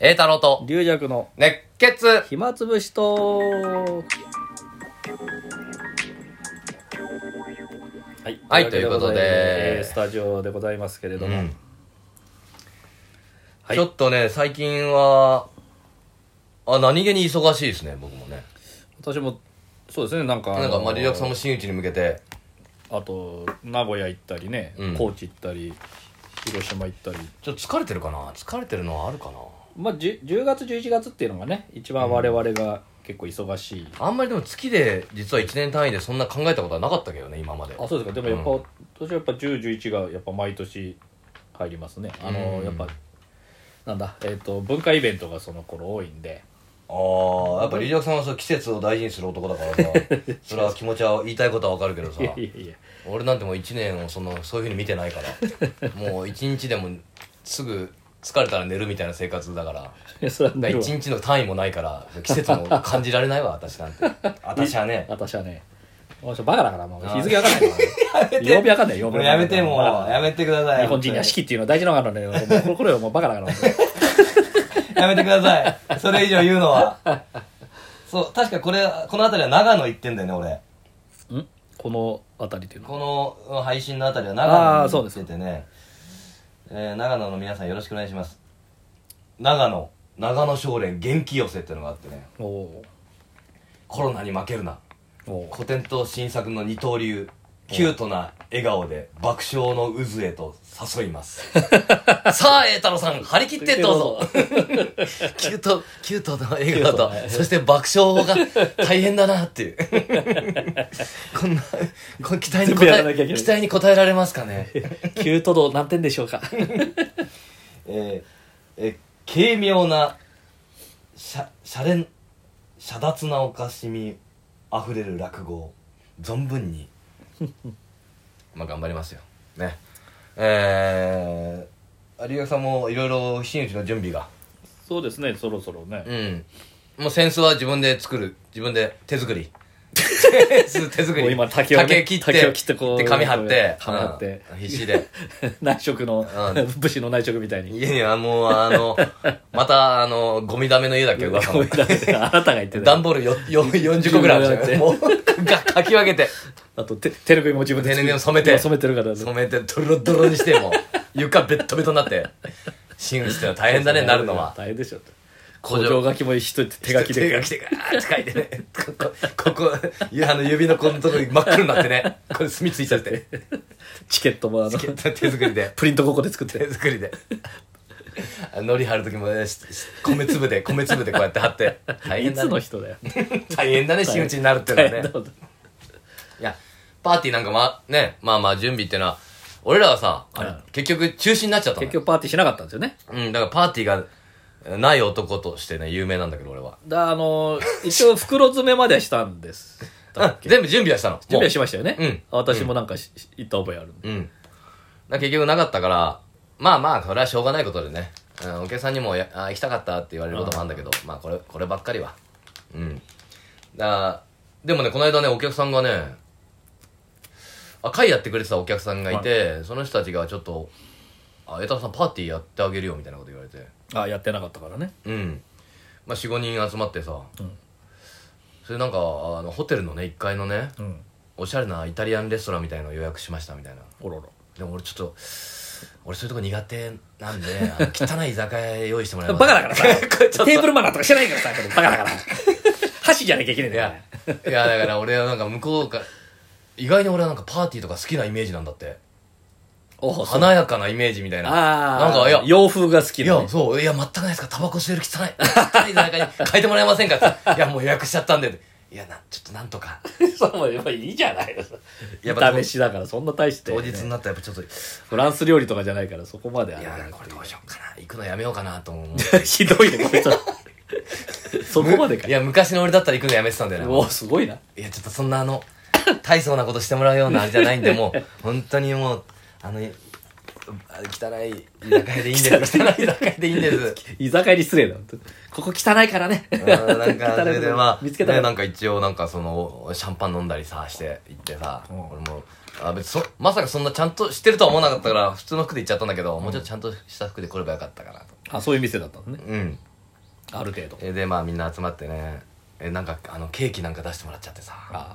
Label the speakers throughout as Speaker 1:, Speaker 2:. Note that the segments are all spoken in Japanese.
Speaker 1: 栄太郎と
Speaker 2: 龍尺の
Speaker 1: 熱血
Speaker 2: 暇つぶしとはい、
Speaker 1: はいということで
Speaker 2: えースタジオでございますけれども、
Speaker 1: うん
Speaker 2: はい
Speaker 1: ちょっとね最近はあ何気に忙しいですね僕もね
Speaker 2: 私もそうですねなんか
Speaker 1: なんかまあリラクさん
Speaker 2: も
Speaker 1: も真打ちに向けて
Speaker 2: あと名古屋行ったりね、
Speaker 1: うん
Speaker 2: 高知行ったり広島行ったり
Speaker 1: ちょっと疲れてるかな疲れてるのはあるか
Speaker 2: まあ 10, 10月11月っていうのがね一番我々が結構忙しい、
Speaker 1: なあんまりでも月で実は1年単位でそんな考えたことはなかったけどね今まで
Speaker 2: あそうですかでもやっぱ、
Speaker 1: うん
Speaker 2: 私はやっぱ1011がやっぱ毎年入りますねあの、
Speaker 1: うん
Speaker 2: やっぱなんだえっ、と文化イベントがその頃多いんで
Speaker 1: ああやっぱリラクさんはそう季節を大事にする男だから さそれは気持ちは言いたいことはわかるけどさ
Speaker 2: いやいやいや
Speaker 1: 俺なんてもう1年をそのそういうふうに見てないからもう1日でもすぐ疲れたら寝るみたいな生活だから
Speaker 2: いやそれはなるわ
Speaker 1: 1日の単位もないから季節も感じられないわ私なんて私はね
Speaker 2: 私はね私はバカだからもう
Speaker 1: あー
Speaker 2: 日付わかんないから曜日わかんない曜日
Speaker 1: もうやめてもう
Speaker 2: バカだから
Speaker 1: やめてください
Speaker 2: 日本人には四季っていうのは大事なのがあるのね もうこれはもうバカだから
Speaker 1: やめてくださいそれ以上言うのはそう確かこれこの辺りは長野行ってんだよね俺
Speaker 2: んこの辺りっていうの
Speaker 1: この配信のあたりは
Speaker 2: あ
Speaker 1: 長
Speaker 2: ー
Speaker 1: 野
Speaker 2: そう
Speaker 1: に
Speaker 2: で
Speaker 1: 来
Speaker 2: す
Speaker 1: ててね、えー長野の皆さんよろしくお願いします長野長野少連元気寄せってのがあってね
Speaker 2: おお
Speaker 1: コロナに負けるな
Speaker 2: ーおー
Speaker 1: 古典と新作の二刀流キュートな笑顔で爆笑の渦へと誘いますさあ栄太郎さん張り切ってどう ぞキュートキュートの笑顔
Speaker 2: キュート
Speaker 1: と
Speaker 2: なね
Speaker 1: そして爆笑が大変だなっていうこんなこう期待に応
Speaker 2: 全部やらなきゃい
Speaker 1: え
Speaker 2: けない
Speaker 1: 期待に応えられますかね
Speaker 2: キュート度何点でしょ うか
Speaker 1: えーえー軽妙なしゃしゃれんしゃだつなおかしみあふれる落語を存分 にまあ頑張りますよねえー有吉さんもいろいろ真打ちの準備が
Speaker 2: そうですねそろそろね
Speaker 1: うんもう扇子は自分で作る自分で手作 り手作
Speaker 2: もう
Speaker 1: り
Speaker 2: 今竹をね
Speaker 1: 竹切って
Speaker 2: 竹を切ってこう
Speaker 1: で紙貼って
Speaker 2: 紙貼って
Speaker 1: うん必死で
Speaker 2: 内職の
Speaker 1: うん
Speaker 2: 武士の内職みたいに
Speaker 1: いやいや、もう、あ の、また、あの、ゴミダメの家だっけ、 噂
Speaker 2: ご
Speaker 1: の
Speaker 2: めん。なさいあなたが言ってた
Speaker 1: 段ボールよよ40個ぐらいあるじゃん。もう、がかき分けて、
Speaker 2: あとて手ぬぐいも自分で
Speaker 1: 手ぬぐいも染めて
Speaker 2: 染めてるからね
Speaker 1: 染めて、ドロドロにして、もう、床ベットベトになって、真打ちってのは大変だね、なるのは。
Speaker 2: 大変でしょ
Speaker 1: 工
Speaker 2: 工
Speaker 1: 場
Speaker 2: 場書きも一人手書きで
Speaker 1: 手書きで、ガーって書いてね、ここ、ここ、いやあの、指のこのとこ真っ黒になってね、これ墨ついちゃって、
Speaker 2: チケットもあの
Speaker 1: 手作りで。
Speaker 2: プリントここで作って
Speaker 1: 手作りでのり貼る時もねしし米粒で米粒でこうやって貼って大
Speaker 2: い
Speaker 1: 変だ、
Speaker 2: つ
Speaker 1: ね
Speaker 2: の、人だよ
Speaker 1: 大変だね真打ちになるってのはね
Speaker 2: 大変だ
Speaker 1: いやパーティーなんかまあねまあまあ準備ってのは俺らはさ、あれ
Speaker 2: うん
Speaker 1: 結局中止になっちゃったの
Speaker 2: 結
Speaker 1: よ
Speaker 2: 局パーティーしなかったんですよね
Speaker 1: うんだからパーティーがない男としてね有名なんだけど俺は、
Speaker 2: だあの一応袋詰めまではしたんです
Speaker 1: う
Speaker 2: だ
Speaker 1: ん
Speaker 2: っ、け
Speaker 1: 全部準備はしたの
Speaker 2: 準備はし
Speaker 1: ま
Speaker 2: ましたよね、
Speaker 1: うん
Speaker 2: 私もなんかし行った覚えあるんで
Speaker 1: うんだから結局なかったからまあまあこれはしょうがないことでね、うん、お客さんにもやあ行きたかったって言われることもあるんだけどまあこれこればっかりはうんだからでもねこの間ねお客さんがねあ会やってくれてたお客さんがいて、その人たちがちょっと「あ江田さんパーティーやってあげるよ」みたいなこと言われて
Speaker 2: あやってなかったからね
Speaker 1: うんまあ45人集まってさ、それなんかあのホテルのね1階のね
Speaker 2: うん
Speaker 1: おしゃれなイタリアンレストランみたいのを予約しましたみたいな
Speaker 2: おろろ
Speaker 1: でも俺ちょっと俺そういうとこ苦手なんであ の汚い居酒屋用意してもらえ
Speaker 2: バ
Speaker 1: ます
Speaker 2: カだからさ
Speaker 1: これちょっと
Speaker 2: テーブルマナーとかしてないからさこれバカだから 箸じゃなきゃいけないん
Speaker 1: い
Speaker 2: だから
Speaker 1: やいやだから俺はなんか向こうが意外に俺はなんかパーティーとか好きなイメージなんだって
Speaker 2: おう
Speaker 1: 華やかなイメージみたいな
Speaker 2: あ
Speaker 1: な
Speaker 2: あ
Speaker 1: んかいやい
Speaker 2: 洋風が好きなね
Speaker 1: やそういや全くないですかタバコ吸える汚い汚い居酒屋に変えてもらえませんか っていやもう予約しちゃったんでいやなちょっとなんとか
Speaker 2: そうもうやっぱいいじゃないの
Speaker 1: やっぱ
Speaker 2: 試しだからそんな大して、
Speaker 1: 当日になったらやっぱちょっとい
Speaker 2: フランス料理とかじゃないからそこまであれだ
Speaker 1: や
Speaker 2: な
Speaker 1: これどうしようかな行くのやめようかなと思 う
Speaker 2: ひどいねこいつはそこまでか
Speaker 1: いや昔の俺だったら行くのやめてたんだよな
Speaker 2: おおすごいない
Speaker 1: や、ちょっとそんなあの、大層なことしてもらうようなあれじゃないんで、 もう、本当にもう、あの、あ汚い居酒屋でいいんです。 汚い居酒屋でいいんです。
Speaker 2: 居酒屋に失礼だ本当にここ汚いからね
Speaker 1: うんなんか、
Speaker 2: 汚い
Speaker 1: それでまあ、
Speaker 2: 見つけたか
Speaker 1: ね、
Speaker 2: ら、
Speaker 1: なんか一応、なんかその、シャンパン飲んだりさ、して、行ってさ、
Speaker 2: うん
Speaker 1: 俺も、あ、別にそ、まさかそんなちゃんとしてるとは思わなかったから、普通の服で行っちゃったんだけど、もうちょっとちゃんとした服で来ればよかったかなと。
Speaker 2: あそういう店だったのね
Speaker 1: うん。
Speaker 2: ある程度
Speaker 1: えでまあみんな集まってねえなんかあのケーキなんか出してもらっちゃってさ
Speaker 2: あ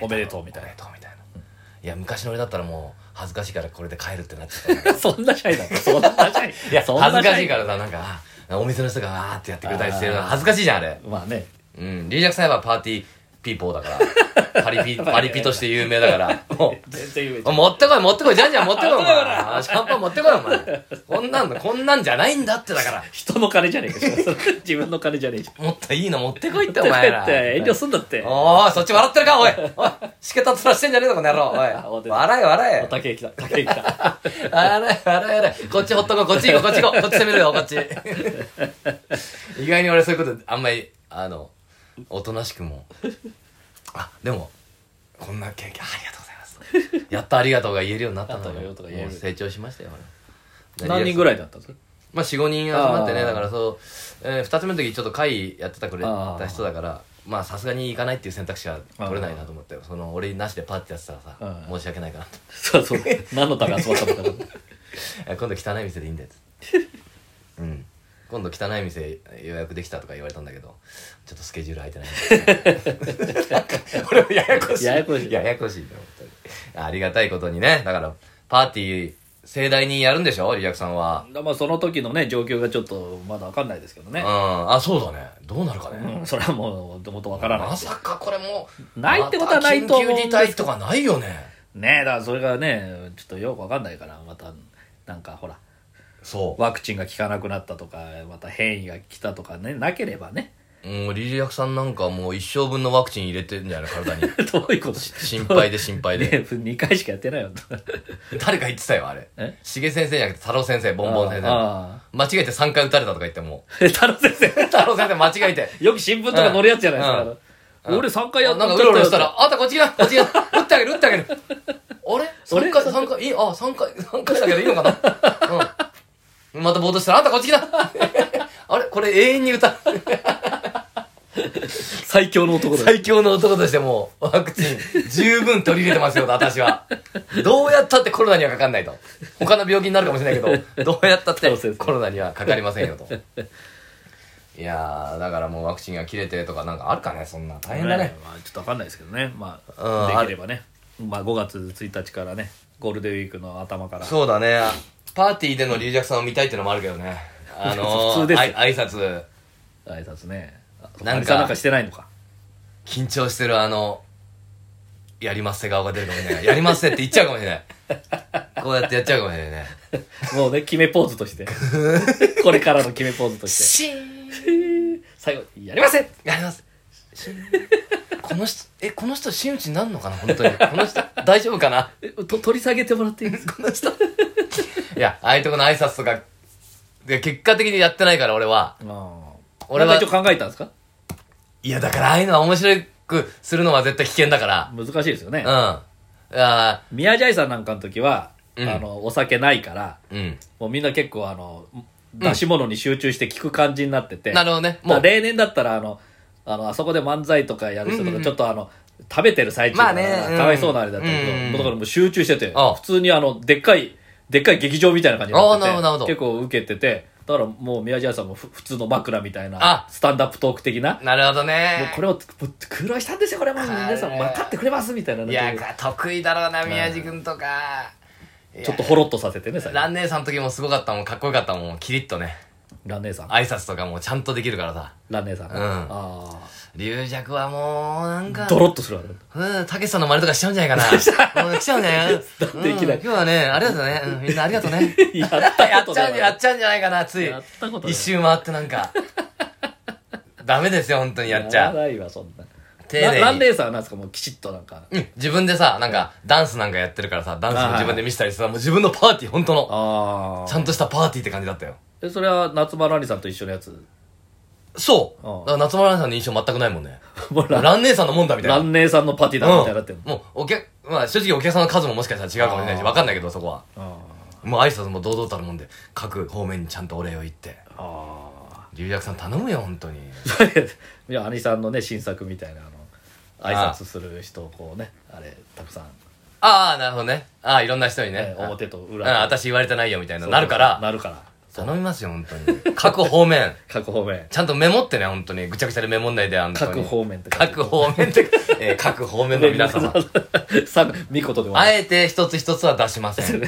Speaker 2: ーおめでとうみたい
Speaker 1: おめ
Speaker 2: な
Speaker 1: でとうみたいな、いや昔の俺だったらもう恥ずかしいからこれで帰るってなっちゃ った
Speaker 2: そんなシャイだったそんなシャイ
Speaker 1: いや
Speaker 2: そ ん
Speaker 1: 恥ず
Speaker 2: なシャイ
Speaker 1: かしいからさなんかあお店の人がわーってやってくれたりしてるの
Speaker 2: あー
Speaker 1: 恥ずかしいじゃんあれ
Speaker 2: まあね
Speaker 1: うんリージャクさんはパーティーピーポーだ からパリピパリピとして有名だからもう
Speaker 2: 全然言えちゃう
Speaker 1: 持ってこい持ってこいじゃんじゃん持ってこいお前あシャンパン持ってこいお前こんなんのこんなんじゃないんだってだから
Speaker 2: 人の金じゃねえかしかも自分の金じゃねえじゃん
Speaker 1: もっといいの持ってこいってお 前ら
Speaker 2: だって遠慮すんだって
Speaker 1: おいそっち笑ってるかおいおいしけたつらしてんじゃねえぞこの野郎おい笑え笑
Speaker 2: お
Speaker 1: え
Speaker 2: たけきたたけきた
Speaker 1: 笑え笑え笑えこっちほっとこうこっち行こうこっ ち行こうこっち攻めるよこっち意外に俺そういうことあんまりあのおとなしくもあでもこんな経験ありがとうございますやったありがとうが言えるようになった
Speaker 2: やっ
Speaker 1: の
Speaker 2: たありがとうが言える
Speaker 1: もう成長しましたよ俺
Speaker 2: 何人ぐらいだったの
Speaker 1: まあ、45人集まってね
Speaker 2: あー
Speaker 1: だからそう、え2つ目の時ちょっと会やってたくれ
Speaker 2: あー
Speaker 1: た人だからまあさすがに行かないっていう選択肢は取れないなと思ってその俺なしでパーティーやってたらさ
Speaker 2: うん
Speaker 1: 申し訳ないかなと
Speaker 2: そうそう何のため集まったのかな
Speaker 1: え今度汚い店でいいんだよつ ってうん今度汚い店予約できたとか言われたんだけどちょっとスケジュール空いてない なんか俺もややこしい
Speaker 2: ややこしい
Speaker 1: ややこしいと思ったありがたいことにねだからパーティー盛大にやるんでしょリアクさんは、
Speaker 2: まあその時のね状況がちょっとまだ分かんないですけど
Speaker 1: う
Speaker 2: ね、
Speaker 1: んあそうだねどうなるかね、
Speaker 2: うん、それはもう元々分からない
Speaker 1: まさかこれもう
Speaker 2: ないってことはないと思うん
Speaker 1: また
Speaker 2: で
Speaker 1: 緊急
Speaker 2: す
Speaker 1: 事態とかないよね
Speaker 2: ねえだからそれがねちょっとよく分かんないからまたなんかほら
Speaker 1: そう
Speaker 2: ワクチンが効かなくなったとかまた変異が来たとかねなければね
Speaker 1: もうリリアクさんなんかもう一生分のワクチン入れてんじゃない体 に
Speaker 2: どういうこと
Speaker 1: 心配で心配で、
Speaker 2: ね2回しかやってないよ
Speaker 1: 誰か言ってたよあれ
Speaker 2: え
Speaker 1: しげ先生じゃなくて太郎先生ボンボン先生
Speaker 2: あ
Speaker 1: 間違えて3回打たれたとか言っても
Speaker 2: あ太郎先生
Speaker 1: う太郎先生間違えて
Speaker 2: よく新聞とか載るやつじゃないですか、
Speaker 1: うん
Speaker 2: あの俺3回や
Speaker 1: あ
Speaker 2: っ
Speaker 1: なんか
Speaker 2: た
Speaker 1: うろうろしたら「あんたこっち来なこっち来な打ってあげる打ってあげる」あれ
Speaker 2: 俺
Speaker 1: ?3 回3回いいあ三3回三回だけどいいのかなうんまたぼーっとしたら「あんたこっち来な! 」 あれこれ永遠に歌う
Speaker 2: 最強の男だよ
Speaker 1: 最強の男としてもうワクチン十分取り入れてますよ私はどうやったってコロナにはかかんないと他の病気になるかもしれないけどどうやったっ
Speaker 2: そうそうそう
Speaker 1: てコロナにはかかりませんよといやーだからもうワクチンが切れてとかなんかあるかねそんな大変だね
Speaker 2: まあ、ちょっと分かんないですけどねま
Speaker 1: うん
Speaker 2: あできればねまあ5月1日からねゴールデンウィークの頭から
Speaker 1: そうだねパーティーでの龍尺さんを見たいってのもあるけどねあのー、
Speaker 2: 普通です
Speaker 1: あい挨拶
Speaker 2: 挨拶ね
Speaker 1: な
Speaker 2: なんん
Speaker 1: か
Speaker 2: かなんかしてないのか
Speaker 1: 緊張してるあのやりまっせ顔が出るかもしれないやりまっせって言っちゃうかもしれないこうやってやっちゃうかもしれない ね
Speaker 2: もうね決めポーズ としてこれからの決めポーズとして
Speaker 1: シーン
Speaker 2: 最後やりません
Speaker 1: やりますこの人えこの人真打ちになるのかな本当にこの人大丈夫かな
Speaker 2: えと取り下げてもらってい いですかこの人
Speaker 1: いやああいうとこの挨拶とかで結果的にやってないから俺は俺
Speaker 2: 俺
Speaker 1: は
Speaker 2: は一応考えたんですか
Speaker 1: いやだからああいうのは面白くするのは絶対危険だから
Speaker 2: 難しいですよね
Speaker 1: うんああ
Speaker 2: 宮地愛さんなんかの時は、
Speaker 1: うん
Speaker 2: あのお酒ないから
Speaker 1: ーうん
Speaker 2: もうみんな結構あの出し物に集中して聞く感じになってて、
Speaker 1: なるほどね
Speaker 2: も
Speaker 1: も
Speaker 2: う
Speaker 1: う
Speaker 2: 例年だったらあのあのあそこで漫才とかやる人と
Speaker 1: うんう
Speaker 2: か
Speaker 1: ん
Speaker 2: ちょっとあの、食べてる最中と
Speaker 1: まあ
Speaker 2: か、
Speaker 1: ねうん
Speaker 2: かわいそうなあれだったけど、
Speaker 1: うんうん
Speaker 2: もうだからもう集中してて
Speaker 1: ああ
Speaker 2: 普通にあのでっかいでっかい劇場みたいな感じになって
Speaker 1: ああなるほどなるほど
Speaker 2: て結構受けててだからもう宮地愛さんもふ普通の枕みたい
Speaker 1: あ
Speaker 2: なスタンダップトーク的な
Speaker 1: なるほど
Speaker 2: もう
Speaker 1: ね
Speaker 2: これをもう苦労したんですよこれもう皆さん
Speaker 1: あれ
Speaker 2: 分かってくれますみたいなの
Speaker 1: い
Speaker 2: で
Speaker 1: や得意だろうな宮治君とか
Speaker 2: ちょっとほろっとさせてね最後
Speaker 1: ラン姉さんの時もすごかったもんかっこよかったもんキリッとね
Speaker 2: ラン姉さん
Speaker 1: 挨拶とかもちゃんとできるからさ
Speaker 2: ラン姉さん、
Speaker 1: ん
Speaker 2: ああ
Speaker 1: 龍尺はもうなんか
Speaker 2: ドロッとす るわね
Speaker 1: うん、たけしさんの真似とかしちゃうんじゃ ないかな。うん、来ちゃうね。だ
Speaker 2: っていきなり
Speaker 1: 今日はね、ありがとうね。うん、みんなありがとう ね。
Speaker 2: やった
Speaker 1: や
Speaker 2: こ
Speaker 1: っ
Speaker 2: と
Speaker 1: ちゃ
Speaker 2: な
Speaker 1: う
Speaker 2: い
Speaker 1: ん、やっちゃうんじゃないかな、つい
Speaker 2: やったこと。ない
Speaker 1: 一周回ってなんか。 ダメですよ、本当にやっち
Speaker 2: や
Speaker 1: ゃ
Speaker 2: ら
Speaker 1: う。
Speaker 2: ないわそんな
Speaker 1: 丁寧に
Speaker 2: ラランレーさんはなんですかもうきちっとなんか
Speaker 1: うん、自分でさ、なんか、ダンスなんかやってるからさ、ダンスも自分で見せたりさ、もう自分のパーティー、本当の、
Speaker 2: あ
Speaker 1: ちゃんとしたパーティーって感じだったよ。
Speaker 2: あそれは夏場ランリさんと一緒のやつ
Speaker 1: そう。
Speaker 2: うん
Speaker 1: だから夏村さんの印象全くないもんね。
Speaker 2: もう ラン
Speaker 1: ラン姉さんのもんだみたいな
Speaker 2: ラ。ンレーさんのパーティーだみたいになってん
Speaker 1: う
Speaker 2: の
Speaker 1: ん、もうお客、まあ正直お客さんの数ももしかしたら違うかもしれないし、
Speaker 2: あー
Speaker 1: わかんないけど、そこは。
Speaker 2: あ
Speaker 1: もう挨拶も堂々たるもんで各方面にちゃんとお礼を言って
Speaker 2: ーあ
Speaker 1: 龍薬さん頼むよ本当に
Speaker 2: ー いや兄さんのね新作みたいなあの挨拶する人をこうねあれたくさん、
Speaker 1: ああなるほどねああいろんな人にね
Speaker 2: えー表と
Speaker 1: う
Speaker 2: 裏
Speaker 1: ん私言われてないよみたいななるか
Speaker 2: な
Speaker 1: ら
Speaker 2: るから
Speaker 1: 頼みますよ、本当に。各方面。
Speaker 2: 各方面
Speaker 1: ちゃんとメモってね、本当に。ぐちゃぐちゃでメモんないで、あん
Speaker 2: 各方面って書いて
Speaker 1: 各方面って、 えー各方面の皆様。
Speaker 2: さあ見事でも
Speaker 1: あ
Speaker 2: ない
Speaker 1: えて一つ一つは出しません。シー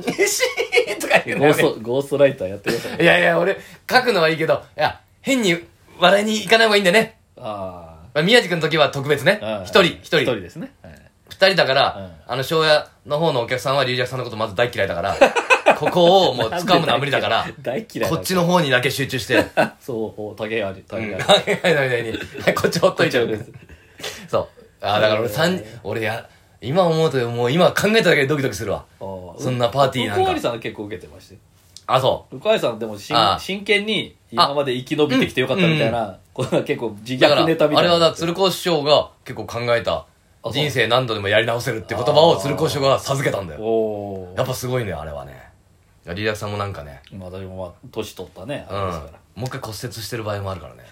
Speaker 1: ン、シーンとか言う
Speaker 2: ゴ
Speaker 1: のよ
Speaker 2: ース
Speaker 1: ね。
Speaker 2: トゴーストライターやってください
Speaker 1: いやいや、俺、書くのはいいけど、いや、変に笑いに行かない方がいいんでね。
Speaker 2: あ
Speaker 1: まあ宮地君の時は特別ね
Speaker 2: あ。
Speaker 1: 一人、一
Speaker 2: 一人
Speaker 1: 人。
Speaker 2: ですねはい
Speaker 1: 二人だから、あの、庄屋の方のお客さんは龍尺さんのことまず大嫌いだ から、ここをもう掴むのは無理だから、
Speaker 2: 大嫌い
Speaker 1: こっちの方にだけ集中して、
Speaker 2: あ そうお竹あり竹あり
Speaker 1: 考えない間に、はいこっちほっといちゃう。そう。ああ、だから俺三、俺や、今思うと、もう今考えただけでドキドキするわ。そんなパーティーなんか
Speaker 2: 向こうありさんは結構受けてまして
Speaker 1: あ、そう。
Speaker 2: 向こうありさんでもしん
Speaker 1: ああ
Speaker 2: 真剣に今まで生き延びてきてよかったみたいなことが結構自
Speaker 1: だから、
Speaker 2: 虐ネタみ
Speaker 1: あ
Speaker 2: たい
Speaker 1: れ
Speaker 2: な
Speaker 1: はだ、鶴光師匠が結構考えた、
Speaker 2: そう
Speaker 1: 人生何度でもやり直せるって言葉を鶴光師匠が授けたんだよ。
Speaker 2: おお
Speaker 1: やっぱすごいね、あれはね。リーダーさんもなんかね、
Speaker 2: まあ私もまあ年取ったね
Speaker 1: うん。
Speaker 2: あれです
Speaker 1: も
Speaker 2: か
Speaker 1: う一回骨折してる場合もあるから ね。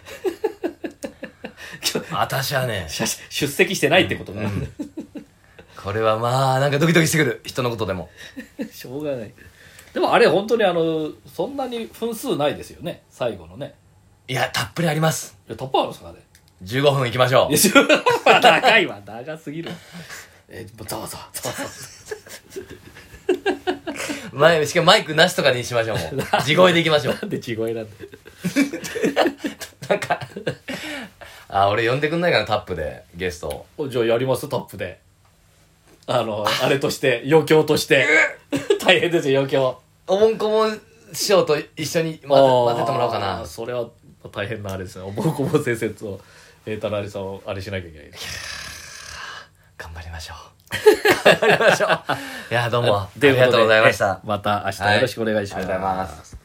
Speaker 2: ら
Speaker 1: 私はね、
Speaker 2: しゃし出席してないってことが、
Speaker 1: これはまあ、なんかドキドキしてくる。人のことでも。
Speaker 2: しょうがないでもあれ本当にあのそんなに分数ないですよね最後のね
Speaker 1: いや、たっぷりあります。
Speaker 2: いやトップあるんですかね
Speaker 1: 15分行きましょう
Speaker 2: いや。し長いわ長すぎるわえざわざわざわざわ
Speaker 1: 前、しかもマイクなしとかにしましょう、も う。地声でいきましょう。
Speaker 2: なんで地声なんだよ
Speaker 1: なんか、あ、俺呼んでくんないかな、タップで、ゲストを。
Speaker 2: おじゃあやりますトップであのあれとして余興として 大変ですよ余興
Speaker 1: おぼんこぼん師匠と一緒に混ぜ混ぜてもらおうか
Speaker 2: あ
Speaker 1: な
Speaker 2: ー。それは大変なあれですねおぼんこぼん先生と栄太郎ありさんをあれしなきゃい けない
Speaker 1: 頑張りましょ う。頑張りましょう。いや、どうも、ありがとうございました。
Speaker 2: また明日よろしくお願いします。
Speaker 1: はいありがとうございます